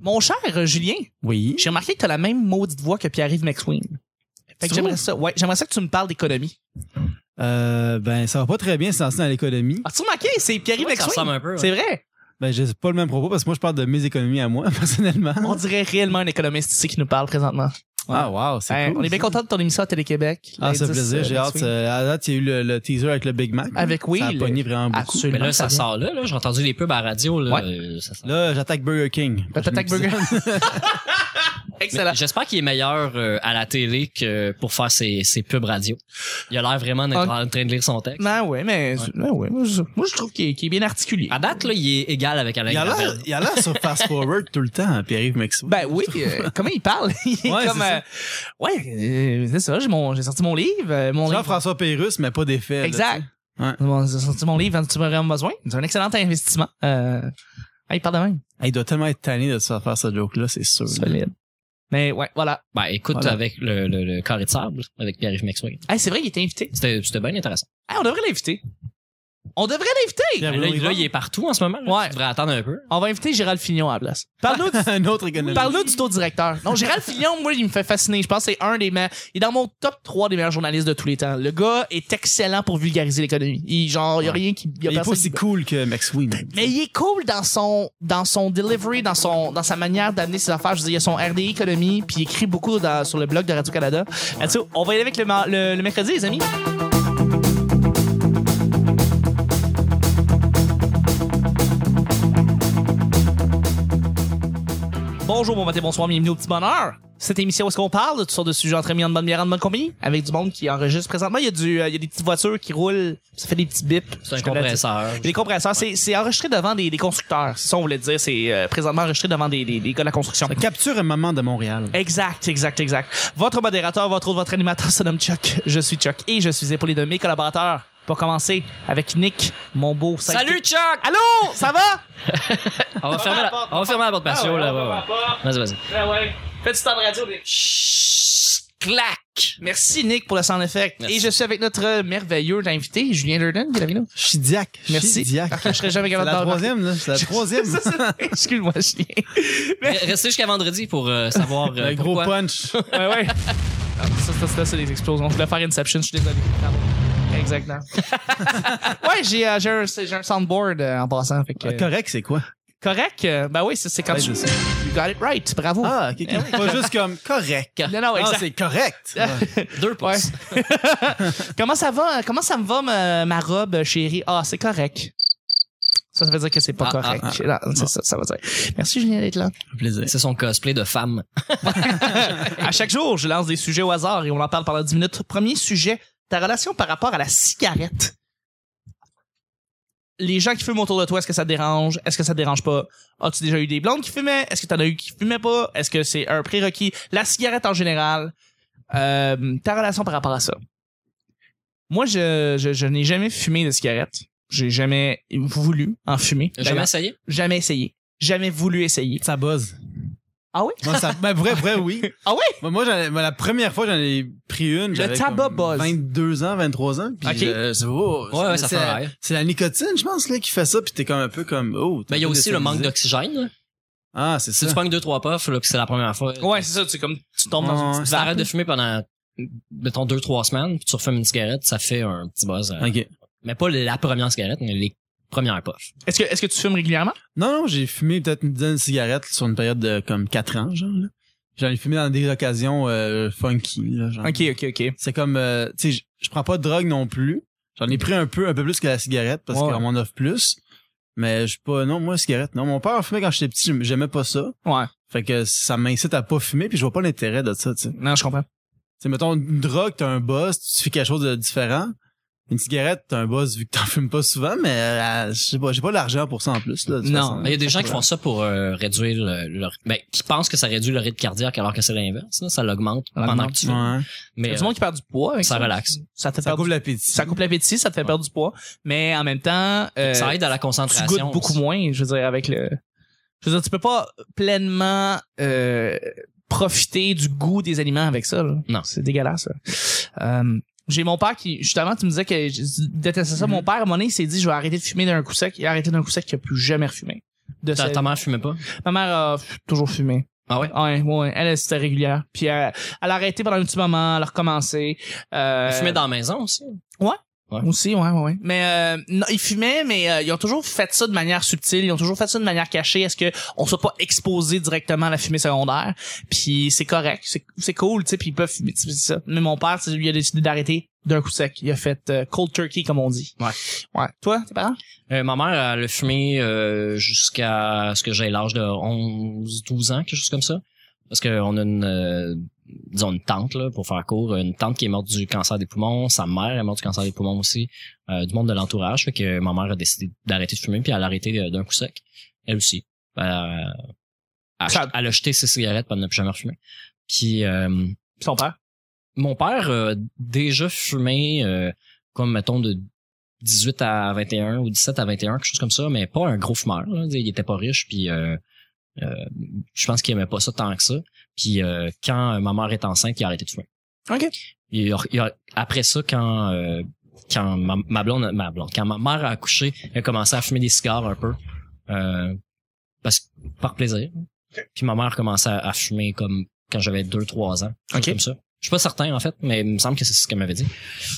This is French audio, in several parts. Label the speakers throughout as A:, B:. A: Mon cher euh, Julien,
B: Oui.
A: j'ai remarqué que t'as la même maudite voix que Pierre-Yves McSween. Fait que
B: C'est
A: j'aimerais
B: vrai?
A: ça, ouais, j'aimerais ça que tu me parles d'économie.
B: Euh, ben, ça va pas très bien se lancer dans l'économie.
A: As-tu remarqué? C'est Pierre-Yves
C: Ouais, ça
A: McSween.
C: ressemble un peu. ouais.
A: C'est vrai.
B: Ben, j'ai pas le même propos parce que moi, je parle de mes économies à moi, personnellement.
A: On dirait réellement un économiste ici qui nous parle présentement.
B: Ah, wow, c'est
A: Hein,
B: cool,
A: on est bien
B: ça.
A: content de ton émission à Télé-Québec.
B: Ah, ça fait
A: Lundi,
B: plaisir.
A: euh,
B: J'ai hâte.
A: McSween.
B: euh, À date, il y a eu le, le teaser avec le Big Mac.
A: Avec oui,
B: Ça a
A: le-
B: pogné vraiment beaucoup.
A: Absolument.
C: Mais là, ça
A: vient.
C: sort là. là. J'ai entendu les pubs à la radio. Là,
A: Ouais.
C: Euh, ça sort.
B: Là, j'attaque Burger King.
A: Là, t'attaques
B: Prochain
A: Burger.
B: épisode.
C: Mais
A: Excellent.
C: J'espère qu'il est meilleur euh, à la télé que pour faire ses, ses pubs radio. Il a l'air vraiment d'être
A: Ok.
C: en train de lire son texte.
A: Ben ouais, mais ben ouais, moi, je, moi, je trouve qu'il est, qu'il est bien articulé.
B: Ah.
C: À date, là, il est égal avec Alain
B: Il a l'air,
C: Gravel.
B: il a l'air sur Fast Forward tout le temps, hein, Pierre-Yves Maxwell.
A: Ben oui, euh, comment il parle? Il est
B: Ouais,
A: comme
B: c'est ça.
A: euh, ouais, euh, c'est ça, j'ai mon j'ai sorti mon livre, euh, mon livre.
B: Jean-François Pérus, mais pas d'effet. là,
A: Exact.
B: tu sais. Ouais.
A: Bon, j'ai sorti mon livre quand tu m'as vraiment besoin. C'est un excellent investissement. Euh, ah, il parle de même.
B: Hey, il doit tellement être tanné de se faire faire ce joke-là, c'est sûr.
A: Solide. Mais ouais, voilà.
C: Ben, écoute,
B: Voilà.
C: avec le, le, le carré de sable, avec Pierre-Yves McSween.
A: Ah, c'est vrai qu'il était invité.
C: C'était c'était bien intéressant.
A: Ah, on devrait l'inviter. On devrait l'inviter.
B: Pierre-
C: Mais
B: Vous
C: Là,
B: voulez
C: il- là,
B: y
C: il est partout en ce moment. là.
A: Ouais.
C: Tu devrais attendre un peu.
A: On va inviter Gérald Fignon à la place. Parle-nous du
B: Un autre économiste.
A: Parle-nous du taux directeur. Non, Gérald Fillon, moi, il me fait fasciner. Je pense que c'est un des meilleurs. Il est dans mon top 3 des meilleurs journalistes de tous les temps. Le gars est excellent pour vulgariser l'économie. Il, genre, il y a rien qui. il y a
B: Il est pas
A: personne
B: aussi
A: qui-
B: cool que Max Ween.
A: Mais il est cool dans son, dans son delivery, dans, son, dans sa manière d'amener ses affaires. Je veux dire, il y a son RDI économie, puis il écrit beaucoup dans- sur le blog de Radio-Canada. Là-dessus, on va y aller avec le, ma- le- le mercredi, les amis. Bonjour, bon matin, bonsoir, bienvenue au petit bonheur. Cette émission où est-ce qu'on parle de toutes sortes de sujets entre amis, en bonne bière, en bonne compagnie, avec du monde qui enregistre présentement. Il y a du, euh, il y a des petites voitures qui roulent, ça fait des petits bips.
C: C'est un
A: Je te l'ai dit.
C: compresseur.
A: Les compresseurs, c'est- c'est enregistré devant des, des constructeurs. C'est ça, on voulait dire. C'est euh, présentement enregistré devant des, des, des gars de la construction.
B: Capture un moment de Montréal.
A: Exact, exact, exact. Votre modérateur, votre autre, votre animateur se nomme Chuck. Je suis Chuck et je suis épaulé de mes collaborateurs. Pour commencer, avec Nick, mon beau. sidekick.
C: Salut, Chuck!
A: Allô, ça va?
C: On va fermer la porte, on va fermer la porte
A: Ah
C: patio, là. ouais, ouais. Vas-y, vas-y.
A: Fais du temps de radio,
C: Chut, clac!
A: Merci, Nick, pour le sound effect.
C: Merci.
A: Et je suis avec notre merveilleux invité, Julien Durden, qui est là, là.
B: Chidiac.
A: Merci.
B: Chidiac.
A: Ah, je serais jamais
B: C'est
A: capable de
B: la
A: le remarquer.
B: troisième, là. C'est la troisième.
A: Ça, c'est- Excuse-moi, Julien.
C: Restez jusqu'à vendredi pour euh, savoir euh,
B: Un gros
C: pourquoi.
B: punch.
A: Ouais, ouais. Ah, Ça, ça, ça, c'est des explosions. Je voulais faire Inception, je suis désolé. Pardon. Exactement. ouais, j'ai euh, j'ai un, c'est- j'ai un soundboard euh, en passant. Fait que,
B: Ah, Correct, c'est quoi?
A: correct? euh, ben oui, c'est c'est quand
B: Ouais,
A: tu...
B: je sais.
A: You got it right. Bravo.
B: Ah, ok, ok. Pas juste comme correct.
A: Non, non,
B: Ah,
A: exact.
B: c'est correct.
C: Deux pouces.
A: Ouais. comment ça va? Comment ça me va, ma, ma robe, chérie? Ah, c'est correct. Ça, ça veut dire que c'est pas
C: Ah, ah,
A: correct. Non, c'est ça, ça veut dire. Merci, Julien, d'être là.
B: Plaisir.
C: C'est son cosplay de femme.
A: À chaque jour, je lance des sujets au hasard et on en parle pendant 10 minutes. Premier sujet, ta relation par rapport à la cigarette. Les gens qui fument autour de toi, est-ce que ça te dérange? Est-ce que ça te dérange pas? As-tu déjà eu des blondes qui fumaient? Est-ce que t'en as eu qui fumaient pas? Est-ce que c'est un prérequis? La cigarette en général. Euh, ta relation par rapport à ça. Moi, je, je, je n'ai jamais fumé de cigarette. J'ai jamais voulu en fumer.
C: Jamais
A: D'ailleurs,
C: essayé?
A: jamais essayé. Jamais voulu essayer.
B: Ça buzz.
A: Ah oui?
B: Moi, ça, ben, vrai, vrai, oui.
A: Ah oui?
B: Moi, moi, j'en ai- moi, la première fois, j'en ai pris une. j'avais
A: tabac
B: comme
A: buzz.
B: 22 ans, 23 ans. Puis,
A: Ok.
B: euh, c'est, oh,
C: Ouais, ouais, ça
B: c'est
C: fait
B: la-
C: rire.
B: C'est la nicotine, je pense, là, qui fait ça. Puis t'es comme un peu comme, oh. t'es
C: Ben, il y a
B: un peu
C: aussi le manque
B: déstabilisé.
C: d'oxygène. là.
B: Ah, c'est
C: Si
B: ça.
C: tu pognes deux, trois puffs, là, pis c'est la première fois.
A: Ouais, c'est ça. Tu, comme, tu tombes dans une
B: Ouais,
A: petite
C: Si t'arrêtes
A: vague.
C: de fumer pendant, mettons, deux, trois semaines, puis tu refumes une cigarette, ça fait un petit buzz. euh,
B: Ok.
C: Mais pas la première cigarette, mais les premières puffs.
A: Est-ce que, est-ce que tu fumes régulièrement?
B: Non, non, j'ai fumé peut-être une dizaine de cigarettes sur une période de comme 4 ans, genre. là. J'en ai fumé dans des occasions euh, funky, là, genre.
A: Ok, ok, ok.
B: C'est comme, euh, tu sais, je- je prends pas de drogue non plus. J'en ai pris un peu, un peu plus que la cigarette parce
A: Ouais.
B: qu'on m'en offre plus. Mais je suis pas, non, moi, cigarette, non. Mon père en fumait quand j'étais petit, j'aim- j'aimais pas ça.
A: Ouais.
B: Fait que ça m'incite à pas fumer puis je vois pas l'intérêt de ça, tu sais. Tu
A: Non, je comprends.
B: sais, mettons, une drogue, t'as un boss, tu fais quelque chose de différent. Une cigarette, t'as un boss vu que t'en fumes pas souvent, mais euh, je sais pas, j'ai pas l'argent pour ça en plus, là. de toute
A: Non,
B: façon.
C: Mais il y a des gens qui font ça pour euh, réduire le- leur... Ben, qui pensent que ça réduit le rythme cardiaque alors que c'est l'inverse. là. Ça l'augmente
A: Ça l'augmente.
C: pendant que tu fumes.
B: Ouais.
C: Mais
A: Il y a du
C: euh,
A: monde qui perd du poids avec ça.
C: ça relaxe.
A: Ça te fait
B: Ça
A: perdre
B: coupe
A: du-
B: l'appétit.
A: ça coupe l'appétit, ça te fait perdre du poids. Mais en même temps, euh,
C: ça aide à la
A: tu
C: concentration.
A: goûtes beaucoup
C: aussi.
A: moins, je veux dire, avec le. Je veux dire, tu peux pas pleinement euh, profiter du goût des aliments avec ça. là.
C: Non.
A: C'est dégueulasse. là. Euh, j'ai mon père qui, justement, tu me disais
C: Mm-hmm.
A: que je détestais ça. Mon père, à un moment donné, il s'est dit, je vais arrêter de fumer d'un coup sec. Il a arrêté d'un coup sec, il a plus jamais refumé. de
C: Ta,
A: sa-
C: ta mère fumait pas?
A: Ma mère a f- toujours fumé.
C: Ah ouais?
A: Ouais, ouais, elle, elle, c'était régulière. Puis elle, elle a arrêté pendant un petit moment, elle a recommencé. Euh,
C: Elle fumait dans la maison aussi.
A: Aussi, ouais, ouais, ouais. Mais euh, non, ils fumaient, mais euh, ils ont toujours fait ça de manière subtile. Ils ont toujours fait ça de manière cachée. Est-ce que on soit pas exposé directement à la fumée secondaire Puis c'est correct, c'est c'est cool, tu sais. Puis ils peuvent fumer, tu sais, c'est ça. Mais mon père, tu sais, lui, il a décidé d'arrêter d'un coup sec. Il a fait euh, cold turkey, comme on dit.
C: Ouais.
A: Ouais. Toi, tes parents
C: Euh, ma mère, elle a fumé euh, jusqu'à ce que j'aie l'âge de 11, 12 ans, quelque chose comme ça. Parce qu'on a une, euh, disons, une tante, là, pour faire court, une tante qui est morte du cancer des poumons, sa mère est morte du cancer des poumons aussi, euh, du monde de l'entourage. Fait que ma mère a décidé d'arrêter de fumer, puis elle a arrêté euh, d'un coup sec. Elle aussi. Euh, Elle a, elle a
A: Ça-
C: jeté- elle a jeté ses cigarettes, puis elle n'a plus jamais refumé. Puis... euh,
A: Puis son père.
C: mon père euh, déjà fumé euh, comme mettons de 18 à 21 ou 17 à 21 quelque chose comme ça mais pas un gros fumeur là. il était pas riche puis euh, euh, je pense qu'il aimait pas ça tant que ça puis euh, quand euh, ma mère est enceinte il a arrêté de fumer
A: Ok.
C: Il a- il a- après ça quand euh, quand ma, ma blonde ma blonde quand ma mère a accouché elle a commencé à fumer des cigares un peu euh, parce que- par plaisir puis ma mère commençait à, à fumer comme quand j'avais 2-3 ans quelque chose
A: Ok.
C: comme ça je suis pas certain en fait, mais il me semble que c'est ce qu'elle m'avait dit.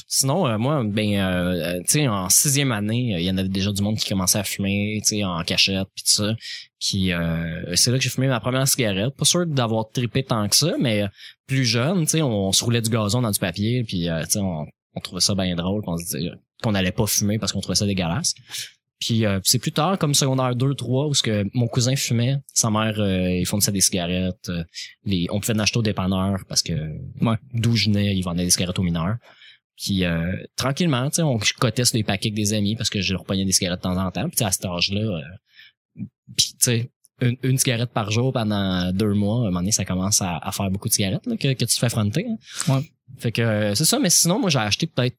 C: Sinon, euh, moi, ben, euh, euh, tu sais, en sixième année, euh, il y en avait déjà du monde qui commençait à fumer, tu sais, en cachette, puis tout ça. Puis euh, c'est là que j'ai fumé ma première cigarette. Pas sûr d'avoir trippé tant que ça, mais euh, plus jeune, tu sais, on, se roulait du gazon dans du papier, puis euh, tu sais, on, on trouvait ça bien drôle, qu'on se disait qu'on n'allait pas fumer parce qu'on trouvait ça dégueulasse. Puis euh, c'est plus tard, comme secondaire 2-3, où ce que mon cousin fumait, sa mère, euh, il fournissait des cigarettes. euh, les, on pouvait en acheter au dépanneur parce que d'où je venais, ils vendaient des cigarettes aux mineurs. Puis euh, tranquillement, tu sais, on cotait sur des paquets avec des amis parce que je leur pognais des cigarettes de temps en temps. Puis tu sais, à cet âge-là, euh, puis tu sais, une, une cigarette par jour pendant deux mois, à un moment donné, ça commence à, à faire beaucoup de cigarettes là, que, que tu te fais fronter. hein.
A: Ouais.
C: Fait que euh, c'est ça, mais sinon, moi, j'ai acheté peut-être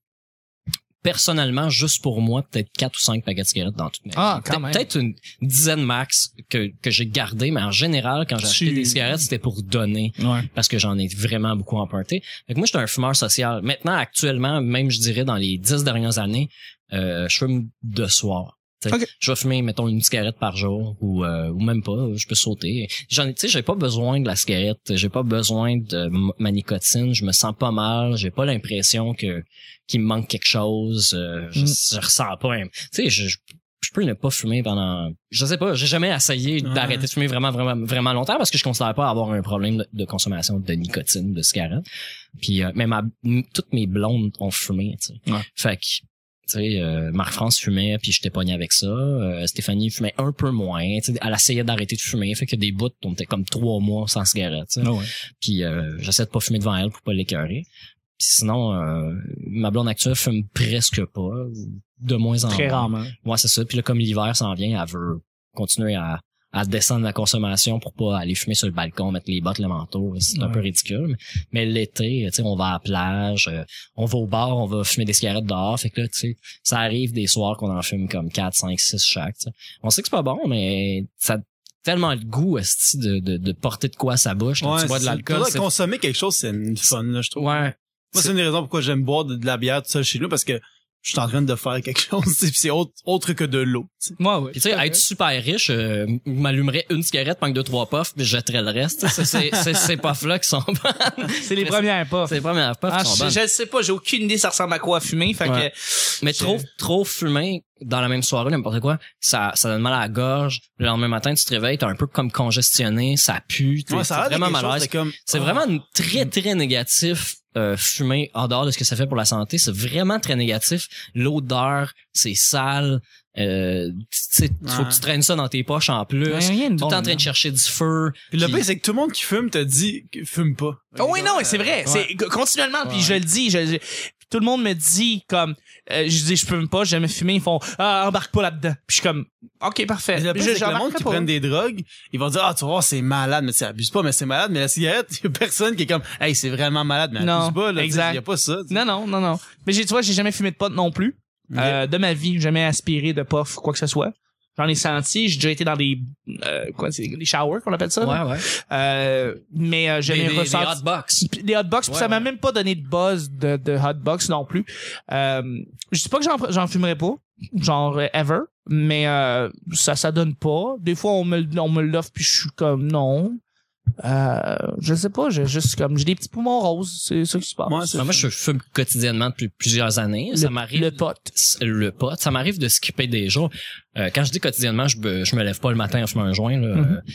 C: personnellement, juste pour moi, peut-être quatre ou cinq paquets de cigarettes dans toute ma vie.
A: Ah, quand
C: Peut-
A: même.
C: Peut-être une dizaine max que, que j'ai gardé, mais en général, quand j'ai acheté
A: Tu-
C: des cigarettes, c'était pour donner
A: Ouais.
C: parce que j'en ai vraiment beaucoup emprunté. Fait que moi, j'étais un fumeur social. Maintenant, actuellement, même je dirais dans les dix dernières années, euh, je fume de soir. T'sais,
A: Ok.
C: Je vais fumer, mettons, une cigarette par jour ou, euh, ou même pas, je peux sauter. J'en ai, tu sais, j'ai pas besoin de la cigarette, j'ai pas besoin de m- ma nicotine, je me sens pas mal, j'ai pas l'impression que qu'il me manque quelque chose, euh, je,
A: Mm.
C: je ressens pas. un- Tu sais, je, je- je peux ne pas fumer pendant, je sais pas, j'ai jamais essayé
B: Ouais.
C: d'arrêter de fumer vraiment vraiment vraiment longtemps parce que je considère pas avoir un problème de, de consommation de nicotine de cigarette. Puis euh, mais ma- m- toutes mes blondes ont fumé, tu sais.
A: Ouais.
C: Fait que tu sais euh, Marc France fumait puis j'étais pogné avec ça, Euh, Stéphanie fumait un peu moins, tu sais, elle essayait d'arrêter de fumer, fait que des bouts on était comme trois mois sans cigarette, tu sais. puis euh, j'essaie de pas fumer devant elle pour pas l'écœurer. Puis sinon euh, ma blonde actuelle fume presque pas, de moins en
A: Très
C: moins.
A: rarement.
C: Ouais, c'est ça. Puis là, comme l'hiver s'en vient, elle veut continuer à, à descendre la consommation pour pas aller fumer sur le balcon, mettre les bottes, le manteau. C'est un
B: Ouais.
C: peu ridicule. Mais, mais l'été, tu sais, on va à la plage, euh, on va au bar, on va fumer des cigarettes dehors. Fait que là, tu sais, ça arrive des soirs qu'on en fume comme 4, 5, 6 chaque. tu sais. On sait que c'est pas bon, mais ça a tellement le goût esti, de, de, de porter de quoi à sa bouche quand tu bois de
B: c'est-
C: l'alcool.
B: faudrait
C: c'est-
B: consommer quelque chose, c'est une fun, là, je trouve.
C: Ouais.
B: Moi, c'est une des raisons pourquoi j'aime boire de, de la bière tout seul chez nous parce que je suis en train de faire quelque chose, tu sais, puis c'est autre, autre que de l'eau. tu sais.
A: Moi, ouais.
C: Puis tu sais, être super riche, euh, m- m'allumerais une cigarette, pendant deux, trois puffs, puis je jetterais le reste. C'est- c'est- C'est ces puffs-là qui sont bonnes.
A: c'est les premières pas.
C: C'est les premières puffs
A: Ah,
C: qui sont
A: je,
C: bonnes.
A: je sais pas, j'ai aucune idée ça ressemble à quoi à fumer. Fait
C: Ouais.
A: que
C: Mais trop, trop fumé dans la même soirée, n'importe quoi, ça, ça donne mal à la gorge. Le lendemain matin, tu te réveilles, t'es un peu comme congestionné, ça pue, t'es
B: Ouais,
C: t'es
B: a l'air de
C: vraiment
B: quelque chose
C: mal à l'aise.
B: de comme-
C: C'est
B: Ah.
C: vraiment une- très, très négatif euh, fumer en dehors de ce que ça fait pour la santé. C'est vraiment très négatif. L'odeur, c'est sale. Euh, tu sais, faut
B: Ouais.
C: que tu traînes ça dans tes poches en plus.
A: rien de
C: tout le temps en
A: bon,
C: train de chercher du feu.
B: Puis le
C: Puis-
B: pire, c'est que tout le monde qui fume te dit que fume pas.
A: Oh oui, non, c'est vrai. C'est c- continuellement. Puis
C: Ouais.
A: je le dis, je, je- tout le monde me dit comme, euh, je dis, je fume pas, j'aime fumer. Ils font, ah, embarque pas là-dedans. Puis je suis comme, ok, parfait.
B: Mais le pire,
A: Je-
B: c'est que le
A: j'embarquerai
B: monde qui
A: pas.
B: prennent des drogues, ils vont dire, ah, tu vois, c'est malade, mais tu sais, abuse pas, mais c'est malade, mais la cigarette, il y a personne qui est comme, hey, c'est vraiment malade, mais
A: Non,
B: abuse pas, là, tu sais,
A: exact.
B: il y a pas ça. tu sais.
A: Non, non, non, non. Mais j'ai, tu vois, j'ai jamais fumé de pote non plus. Euh, de ma vie, j'ai jamais aspiré de puff, quoi que ce soit. J'en ai senti, j'ai déjà été dans des, euh, quoi, c'est des showers qu'on appelle ça. là.
C: Ouais, ouais.
A: Euh, mais euh,
C: Des-
A: j'ai
C: des-
A: ressenti.
C: des hotbox.
A: Puis les hotbox, puis
C: Ouais,
A: ça m'a
C: ouais.
A: même pas donné de buzz de, de hotbox non plus. Euh, je dis pas que j'en, j'en fumerais pas, genre euh, ever, mais euh, ça ça donne pas des fois on me l- on me l'offre puis je suis comme non euh, je sais pas j'ai juste comme j'ai des petits poumons roses c'est ça qui se passe
B: Moi, c'est-
C: Ben, Moi, je fume quotidiennement depuis plusieurs années.
A: le,
C: ça m'arrive
A: le pote
C: le pot. Ça m'arrive de skipper des jours. Euh, quand je dis quotidiennement, je, me- je me lève pas le matin en fumant un joint. Là.
A: Mhm.
C: Euh,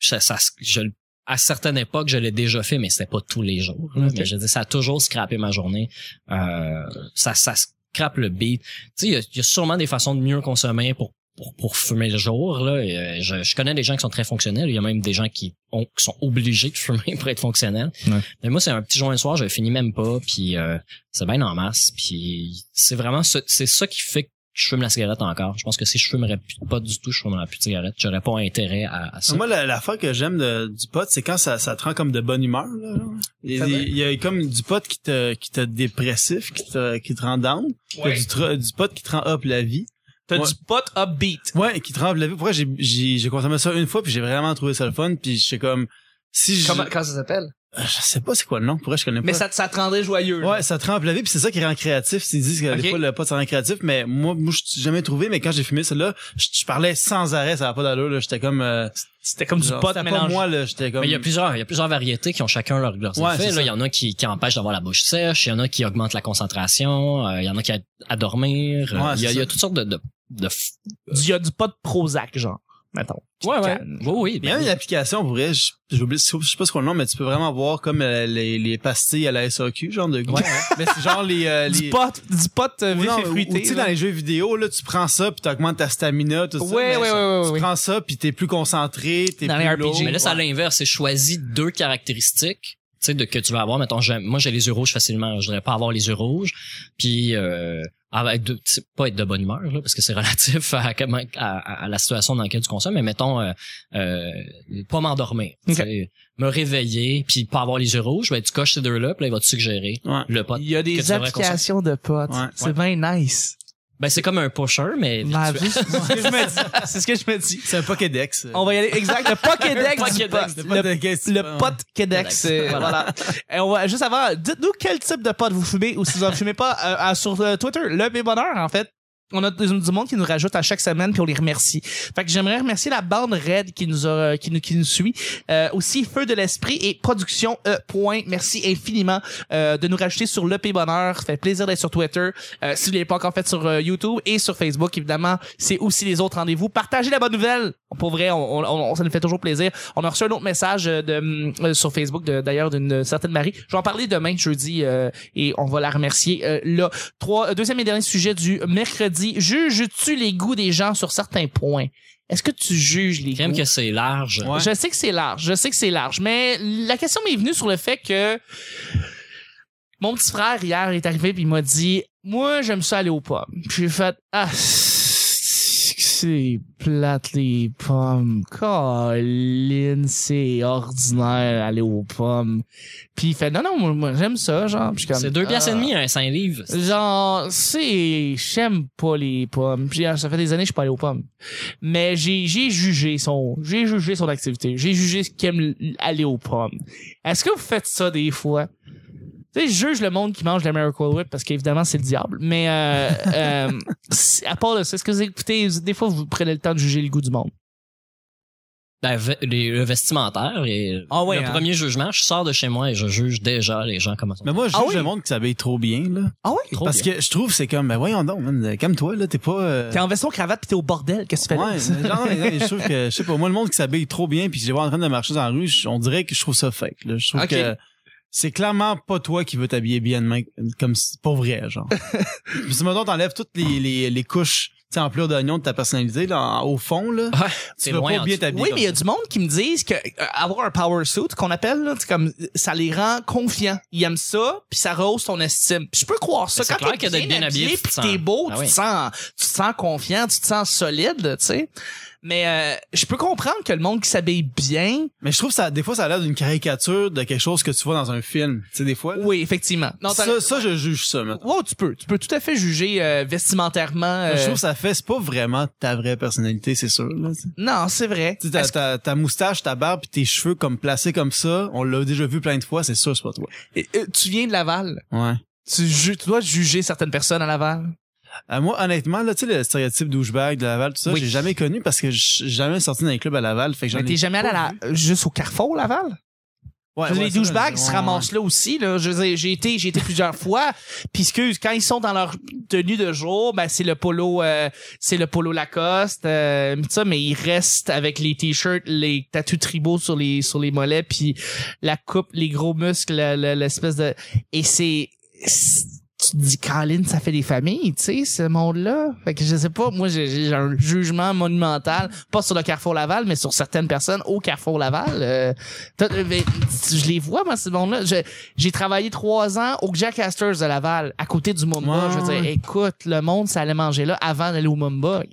C: ça- ça- je le- à certaines époques, je l'ai déjà fait, mais c'était pas tous les jours. là.
A: Ok.
C: Mais je dis, ça a toujours scrappé ma journée. Euh, ça, ça scrape le beat. Tu sais, il y a- il y, a sûrement des façons de mieux consommer pour pour, pour fumer le jour là Et, euh, je, je connais des gens qui sont très fonctionnels il y a même des gens qui, ont, qui sont obligés de fumer pour être fonctionnels
A: Ouais.
C: mais moi c'est un petit joint le soir je le finis même pas puis euh, c'est bien en masse puis c'est vraiment ce- c'est ça qui fait que je fume la cigarette encore je pense que si je fumerais plus- pas du tout je fumerais plus de cigarette j'aurais pas intérêt à, à ça
B: Moi, la, la fois que j'aime de- du pot, c'est quand ça, ça te rend comme de bonne humeur. là, genre. Il,
A: Ça va.
B: il y a comme du pot qui te, qui te dépressif, qui te, qui te rend down. T'as Du, tr- du pot qui te rend up la vie.
A: t'as
B: Ouais.
A: du pote upbeat
B: Ouais, qui te rend up la vie. Pourquoi j'ai- j'ai j'ai consommé ça une fois, puis j'ai vraiment trouvé ça le fun, puis je sais comme... Si je, euh,
A: comment comment ça s'appelle
B: je sais pas c'est quoi le nom, pourquoi je connais pas.
A: mais ça ça te rendait joyeux là.
B: Ouais, ça te rend la vie, puis c'est ça qui rend créatif. Ils disent que
A: Ok.
B: des fois, le pot, ça rend créatif, mais moi, moi je l'ai jamais trouvé, mais quand j'ai fumé celle-là, je, je parlais sans arrêt, ça va pas d'allure, là. J'étais comme... euh,
A: c'était comme du
B: genre,
A: pote
B: c'était pas
A: mélangé
B: moi, là, j'étais comme...
C: mais il y a plusieurs il y a plusieurs variétés qui ont chacun leur leurs
B: euh, Ouais,
C: effets
B: c'est
C: là.
B: ça.
C: il y en a qui, qui empêchent d'avoir la bouche sèche il y en a qui augmentent la concentration euh, il y en a qui aident à dormir Euh,
B: Ouais,
C: il, y a,
B: c'est
C: il y a
B: ça.
C: toutes sortes de, de, de f-
A: il y a du pote Prozac genre mettons
C: ouais ouais
A: calme.
C: oui oui ben
B: Il y a même une application, pour vrai, je- j'oublie, je sais pas ce qu'on le nom, mais tu peux vraiment voir comme euh, les, les pastilles à la SAQ, genre de goût.
A: hein.
B: mais c'est genre les... euh, les...
A: du pote du pote euh,
B: Ou
A: vif
B: non,
A: et
B: ou-
A: fruité
B: ou tu sais,
A: là.
B: dans les jeux vidéo, là, tu prends ça, puis t'augmentes ta stamina, tout ça.
A: ouais ouais
B: mais
A: ouais
B: ça-
A: ouais, ouais,
B: Tu
A: ouais.
B: prends ça, puis t'es plus concentré, t'es
A: Dans
B: plus
A: les RPG,
B: lourd.
C: Mais là, c'est à l'inverse. C'est choisi deux caractéristiques tu sais, de, que tu vas avoir. Mettons, j'aime- moi, j'ai les yeux rouges facilement. Je voudrais pas avoir les yeux rouges. Puis, euh, avec de, tu sais, pas être de bonne humeur, là, parce que c'est relatif à, comment, à, à la situation dans laquelle tu consommes. Mais mettons, euh, euh, pas m'endormir. tu
A: Ok.
C: sais, Me réveiller, puis pas avoir les yeux rouges. Ben, tu coches ces deux-là, puis là, il va te suggérer
B: Ouais.
C: le pot.
A: il y a
C: que
A: des
C: tu devrais
A: applications de potes
B: Ouais,
A: c'est bien nice
C: Ben, c'est comme un pusher, mais...
A: Ma
C: virtuel.
A: vie, c'est ce que je me dis c'est ce que je me dis
B: C'est un Pokédex.
A: On va y aller exact. Le
C: Le
A: Pokédex du
C: Pokédex,
A: pot. Le, le pot Quédex.
C: Quédex.
A: euh, Voilà. Et on va juste avant, dites-nous quel type de pot vous fumez ou si vous en fumez pas euh, euh, sur euh, Twitter. Le Bébonheur, en fait. On a des- du monde qui nous rajoute à chaque semaine puis on les remercie. Fait que j'aimerais remercier la bande Red qui nous a, qui nous, qui nous suit. Euh, aussi Feu de l'Esprit et Production E. Point. Merci infiniment euh, de nous rajouter sur Le Pays Bonheur. Ça fait plaisir d'être sur Twitter. Euh, si vous ne l'avez pas encore fait sur euh, YouTube et sur Facebook, évidemment, c'est aussi les autres rendez-vous. Partagez la bonne nouvelle. Pour vrai, on, on- on- ça nous fait toujours plaisir. On a reçu un autre message euh, de, hum, euh, sur Facebook, de- d'ailleurs, d'une euh, certaine Marie. Je vais en parler demain, jeudi, euh, et on va la remercier euh, là. Trois, euh, deuxième et dernier sujet du mercredi. Juges-tu les goûts des gens sur certains points? Est-ce que tu juges les
C: Crème
A: goûts?
C: que c'est large.
B: Ouais.
A: Je sais que c'est large, je sais que c'est large, mais la question m'est venue sur le fait que mon petit frère hier est arrivé puis il m'a dit "Moi, j'aime ça aller aux pommes." Puis j'ai fait "Ah, c'est plate les pommes. Colin, c'est ordinaire aller aux pommes." Puis il fait "Non non, moi, moi, j'aime ça genre." Puis je suis comme,
C: C'est deux pièces et
A: Ah.
C: demie, un 5 livres.
A: Genre, c'est. J'aime pas les pommes. Puis, hein, ça fait des années que je suis pas allé aux pommes. Mais j'ai, j'ai jugé son. J'ai jugé son activité. J'ai jugé ce qu'il aime l- aller aux pommes. Est-ce que vous faites ça des fois? Tu sais, je juge le monde qui mange de la Miracle Whip parce qu'évidemment, c'est le diable. Mais euh, euh, si- à part de ça, est-ce que vous écoutez, des fois, vous prenez le temps de juger le goût du monde?
C: Ben, ve- les- le vestimentaire et
A: Ah ouais,
C: le
A: hein?
C: premier jugement, je sors de chez moi et je juge déjà les gens comment ça.
B: Mais moi, je
A: Ah
B: juge
A: oui?
B: le monde qui s'habille trop bien, là.
A: Ah ouais?
C: Trop
B: Parce
C: bien.
B: que je trouve, c'est comme, ben voyons donc, man, euh, calme-toi, là, t'es pas... euh,
A: T'es en veston cravate pis t'es au bordel. Qu'est-ce que tu fais là?
B: Ouais, mais genre, mais non, je trouve que, je sais pas, moi, le monde qui s'habille trop bien puis je les vois en train de marcher dans la rue, je- on dirait que je trouve ça fake, là. Je trouve
A: Ok.
B: que c'est clairement pas toi qui veux t'habiller bien de même, comme, si- pas vrai, genre. Puis si, mettons, t'enlèves toutes les, les, les couches, tu sais, en pleurs d'oignon de ta personnalité, là, en- au fond, là.
C: Ouais, c'est
B: tu vas
C: loin en
B: pas bien
C: dessous.
B: t'habiller.
A: Oui, mais il y a
B: comme
A: du monde qui me disent que euh, avoir un power suit qu'on appelle là, c'est comme ça les rend confiants. Ils aiment ça, puis ça rehausse ton estime. Puis je peux croire ça.
C: Mais c'est
A: Quand
C: clair
A: t'es
C: que d'être bien habillé, tu te
A: puis
C: sens-
A: t'es beau,
C: Ah
A: tu
C: oui.
A: te sens, tu te sens confiant, tu te sens solide, tu sais. Mais euh, je peux comprendre que le monde qui s'habille bien.
B: ça. Mais je trouve ça, des fois, ça a l'air d'une caricature de quelque chose que tu vois dans un film. Tu sais, des fois, là.
A: Oui, effectivement. Non, t'as-
B: ça, ça, je juge ça, maintenant.
A: Wow, tu peux, tu peux tout à fait juger euh, vestimentairement. euh,
B: Je trouve que ça fait, c'est pas vraiment ta vraie personnalité, c'est sûr, là. tu sais.
A: Non, c'est vrai.
B: Tu sais, ta,
A: Est-ce-
B: ta, ta moustache, ta barbe, pis tes cheveux comme placés comme ça, on l'a déjà vu plein de fois, c'est sûr, c'est pas toi.
A: euh, euh, tu viens de Laval.
B: Ouais.
A: Tu, ju- tu dois juger certaines personnes à Laval.
B: Euh, moi, honnêtement, là, tu sais, le stéréotype douchebag de Laval, tout ça,
A: Oui.
B: j'ai jamais connu parce que j'ai jamais sorti d'un club à Laval. Fait que j'en
A: Mais
B: ai
A: t'es jamais allé à la- juste au Carrefour, Laval?
B: Ouais,
A: Je veux
B: ouais,
A: dire, les
B: ça,
A: douchebags
B: ouais,
A: se
B: ouais.
A: ramassent là aussi. Là. Je veux dire, j'ai été, j'ai été plusieurs fois. Puis excuse, quand ils sont dans leur tenue de jour, ben c'est le polo, euh, c'est le polo Lacoste, euh, pis ça, mais ils restent avec les t-shirts, les tatous tribaux sur les sur les mollets, puis la coupe, les gros muscles, le- le- l'espèce de et c'est c'est- tu te dis Colin, ça fait des familles, tu sais, ce monde-là. Fait que je sais pas, moi j'ai- j'ai un jugement monumental, pas sur le Carrefour Laval, mais sur certaines personnes au Carrefour Laval. Euh, T'as- euh, mais je les vois, moi, ces monde-là. Je- J'ai travaillé trois ans au Jack Astor's de Laval, à côté du Mumba.
B: Ouais.
A: Je veux dire, écoute, le monde, ça allait manger là avant d'aller au Mumba.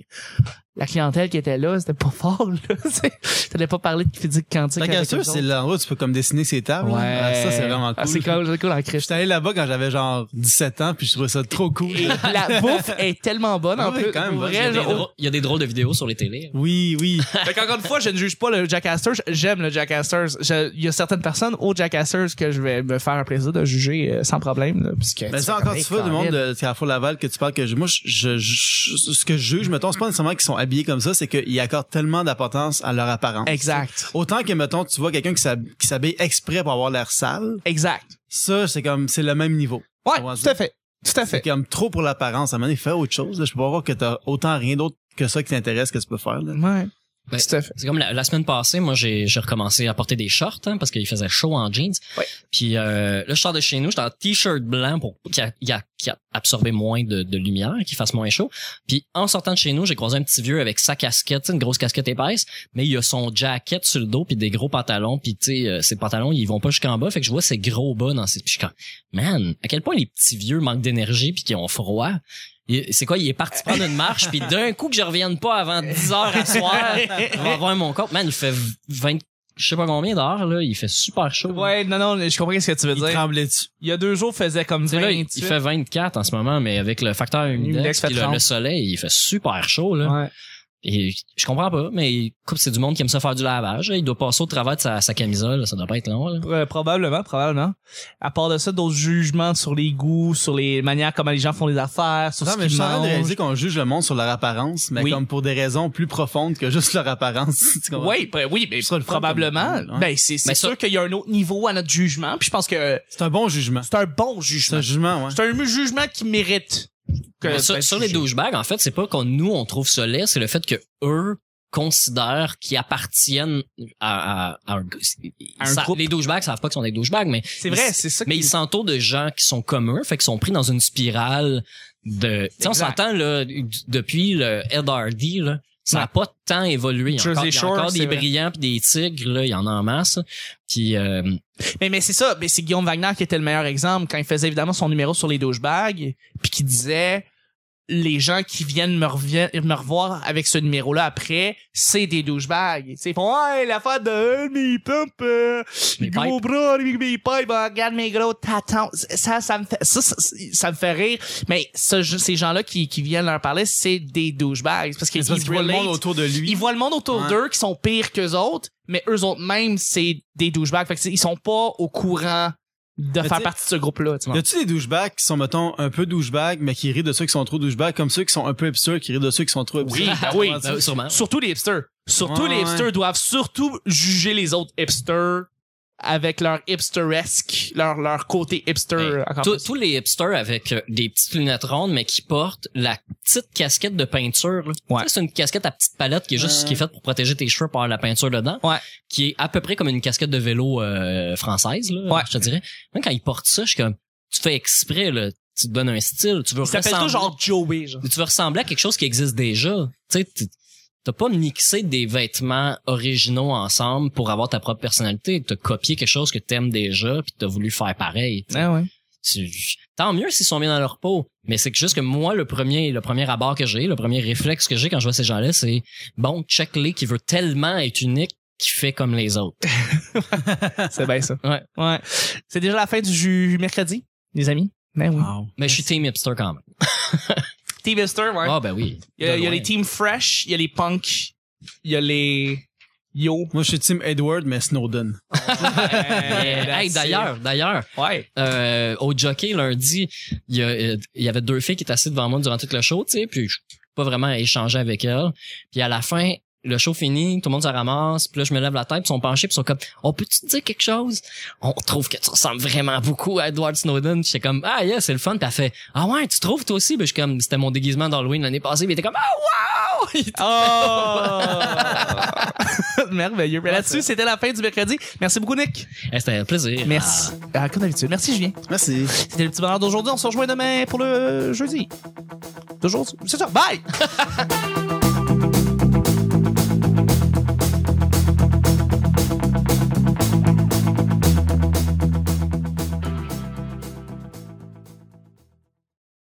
A: La clientèle qui était là, c'était pas fort, là. Tu pas parler de physique quantique.
B: La
A: avec
B: cassure,
A: eux
B: c'est
A: autres.
B: l'endroit où tu peux comme dessiner ses tables. là.
A: Ouais.
B: Ah, ça, c'est vraiment cool.
A: Ah, c'est cool, c'est cool en crèche.
B: J'étais allé là-bas quand j'avais genre 17 ans, puis je trouvais ça trop cool.
A: Et la bouffe est tellement bonne en
B: Ouais,
A: plus.
B: quand même,
A: Pour
B: bonne,
A: vrai,
C: Il y, a des
A: genre,
C: drôles, il y a des drôles de vidéos sur les télés. hein.
B: Oui, oui.
A: Fait qu'encore une fois, je ne juge pas le Jackasters. J'aime le Jackasters. Je- Il y a certaines personnes au Jackasters que je vais me faire un plaisir de juger euh, sans problème. là, parce que
B: Mais Ben, ça,
A: fais
B: encore
A: comme,
B: une
A: hey,
B: fois, le
A: Colin.
B: monde de Carrefour Laval que tu parles, que je- moi, je, je- je- ce que je juge, mettons, c'est pas nécessairement qu'ils sont habillés comme ça, c'est qu'ils accordent tellement d'importance à leur apparence.
A: Exact.
B: Autant que, mettons, tu vois quelqu'un qui s'hab- qui s'habille exprès pour avoir l'air sale,
A: Exact.
B: ça, c'est comme, c'est le même niveau.
A: Ouais,
B: Comment
A: tout
B: dire?
A: à fait. Tout à
B: C'est
A: fait.
B: comme trop pour l'apparence. À un moment donné, fais autre chose. là. Je peux pas voir que t'as autant rien d'autre que ça qui t'intéresse que tu peux faire. Là.
A: Ouais.
C: Ben,
A: tout à fait.
C: C'est comme la, la semaine passée, moi j'ai j'ai recommencé à porter des shorts hein, parce qu'il faisait chaud en jeans.
A: Ouais.
C: Puis euh, là je sors de chez nous, j'étais en t-shirt blanc pour qu'il a- il a- qu'il a absorbé moins de, de lumière, qu'il fasse moins chaud. Puis en sortant de chez nous, j'ai croisé un petit vieux avec sa casquette, tu sais, une grosse casquette épaisse, mais il a son jacket sur le dos puis des gros pantalons, puis tu sais euh, ses pantalons ils vont pas jusqu'en bas, fait que je vois ses gros bas dans ses. Puis je suis comme man, à quel point les petits vieux manquent d'énergie puis qu'ils ont froid. Il- C'est quoi, il est parti prendre une marche, puis d'un coup que je revienne pas avant 10 heures à soir, je vais voir Ah, mon compte. Man, il fait 20, je sais pas combien d'heures, là. Il fait super chaud.
A: Ouais, non, non, je comprends ce que tu veux
B: Il
A: dire.
B: tremblait dessus.
A: Il y a deux jours, faisait comme
C: Tu sais, là, il,
A: 28.
C: il fait 24 en ce moment, mais avec le facteur
A: Humidex
C: humidex,
A: fait
C: puis le,
A: 30.
C: le soleil, il fait super chaud, là.
A: Ouais.
C: Et je comprends pas, mais écoute, c'est du monde qui aime ça faire du lavage. Il doit passer au travers de sa, sa camisole, ça doit pas être long, là.
A: Euh, probablement, probablement. À part de ça, d'autres jugements sur les goûts, sur les manières comment les gens font les affaires, sur
B: Non,
A: ce
B: mais je
A: qu'ils
B: suis en train de
A: mangent.
B: réaliser qu'on juge le monde sur leur apparence, mais
A: Oui.
B: comme pour des raisons plus profondes que juste leur apparence. tu comprends?
A: Oui, ben oui, mais
B: Ce sera le fun
A: probablement.
B: comme- hein. ouais.
A: Ben c'est c'est
C: Mais ça-
A: sûr qu'il y a un autre niveau à notre jugement. Puis je pense que
B: C'est un bon jugement.
A: c'est un bon
B: C'est un
A: jugement.
B: jugement, ouais.
A: C'est un jugement qui mérite. que- ben,
C: Mais sur,
A: d'être
C: sur les
A: jugé.
C: douchebags, en fait, c'est pas qu'on nous on trouve ça laid, c'est le fait que eux considèrent qu'ils appartiennent à, à- à un,
A: À un
C: ça-
A: groupe.
C: Les douchebags savent pas qu'ils sont des douchebags, mais
A: C'est vrai, c'est ça.
C: mais
A: qui-
C: ils s'entourent de gens qui sont comme eux, fait qu'ils sont pris dans une spirale de. Tu sais, on
A: Exact.
C: s'entend là d- depuis le Ed Hardy là. Ça
A: Ouais.
C: n'a pas tant évolué. Il y a
A: Jersey
C: encore, il y a
A: Shore,
C: encore
A: c'est
C: des
A: vrai.
C: brillants puis des tigres, là, il y en a en masse. Puis euh,
A: Mais, mais c'est ça. Mais c'est Guillaume Wagner qui était le meilleur exemple quand il faisait évidemment son numéro sur les douchebags, puis qui disait les gens qui viennent me, revien- me revoir avec ce numéro-là après, c'est des douchebags. C'est ouais, la fin de euh, mes pompes, euh, mes
C: Mes
A: gros bras, mes, mes pipes, euh, regarde mes gros tatons. Ça, ça me fait, ça, ça, ça me fait rire. Mais ce- ces gens-là qui, qui viennent leur parler, c'est des douchebags. Parce qu'ils
B: C'est parce qu'il voit le
A: relate-
B: monde autour de lui.
A: ils voient le monde autour
B: Ouais.
A: d'eux qui sont pires qu'eux autres, mais eux autres même, c'est des douchebags. Fait que c'est- ils sont pas au courant de
B: tu
A: faire
B: sais,
A: partie de ce groupe-là. tu
B: Y
A: vois.
B: a-tu des douchebags qui sont, mettons, un peu douchebags, mais qui rient de ceux qui sont trop douchebags, comme ceux qui sont un peu absurdes, qui rient de ceux qui sont trop
A: Oui,
B: absurdes?
A: ben oui.
C: ben, sûrement.
A: Surtout les hipsters. Surtout
B: Ouais,
A: les hipsters doivent surtout juger les autres hipsters avec leur hipsteresque, leur, leur côté hipster.
C: Ben,
A: encore
C: Tous-
A: plus.
C: tous les hipsters avec euh, des petites lunettes rondes, mais qui portent la petite casquette de peinture. là.
A: Ouais.
C: Tu sais, C'est une casquette à petite palette qui est juste
B: Ouais.
C: ce qui est faite pour protéger tes cheveux par la peinture dedans.
A: Ouais.
C: Qui est à peu près comme une casquette de vélo euh, française, là,
A: Ouais.
C: je te dirais. Même quand ils portent ça, je suis comme, tu fais exprès, là. Tu te donnes un style, tu veux
A: Ils s'appellent
C: ressembler-
A: tous genre Joey. Genre.
C: tu veux ressembler à quelque chose qui existe déjà. Tu sais, t- t'as pas mixé des vêtements originaux ensemble pour avoir ta propre personnalité. T'as copié quelque chose que t'aimes déjà, puis t'as voulu faire pareil.
A: Ah ouais.
C: Tu- tant mieux s'ils sont bien dans leur peau mais c'est que juste que moi le premier le premier abord que j'ai le premier réflexe que j'ai quand je vois ces gens-là c'est bon check les qui veut tellement être unique qui fait comme les autres
A: C'est bien ça.
C: Ouais.
A: ouais. C'est déjà la fin du ju- mercredi, les amis. Ben oui.
B: Wow.
C: mais je suis team hipster quand même
A: Team hipster, ouais.
C: ah ben oui
A: Il y a,
C: De
A: il y a
C: loin.
A: les teams fresh, il y a les punks, il y a les Yo.
B: Moi, je suis Tim Edward, mais Snowden.
A: hein.
C: Mais, hey, d'ailleurs, d'ailleurs,
A: Ouais.
C: euh, au jockey lundi, il y, a, euh, il y avait deux filles qui étaient assises devant moi durant tout le show, tu sais, puis je n'ai pas vraiment échangé avec elles. Puis à la fin, le show fini, tout le monde se ramasse, puis là je me lève la tête, puis ils sont penchés, puis ils sont comme "On peut-tu te dire quelque chose On trouve que tu ressembles vraiment beaucoup à Edward Snowden." J'étais comme "Ah yeah, c'est le fun." Puis elle fait "Ah ouais, tu trouves toi aussi Ben je suis comme c'était mon déguisement d'Halloween l'année passée, puis il était comme "Ah wow!" Il était-
A: Oh! Merveilleux. Mais là-dessus, c'était la fin du mercredi. Merci beaucoup, Nick.
C: Eh, C'était un plaisir.
A: Merci. Ah, comme d'habitude. Merci, Julien.
B: Merci.
A: C'était le petit bonheur d'aujourd'hui. On se rejoint demain pour le euh, jeudi. Toujours. C'est ça. Bye!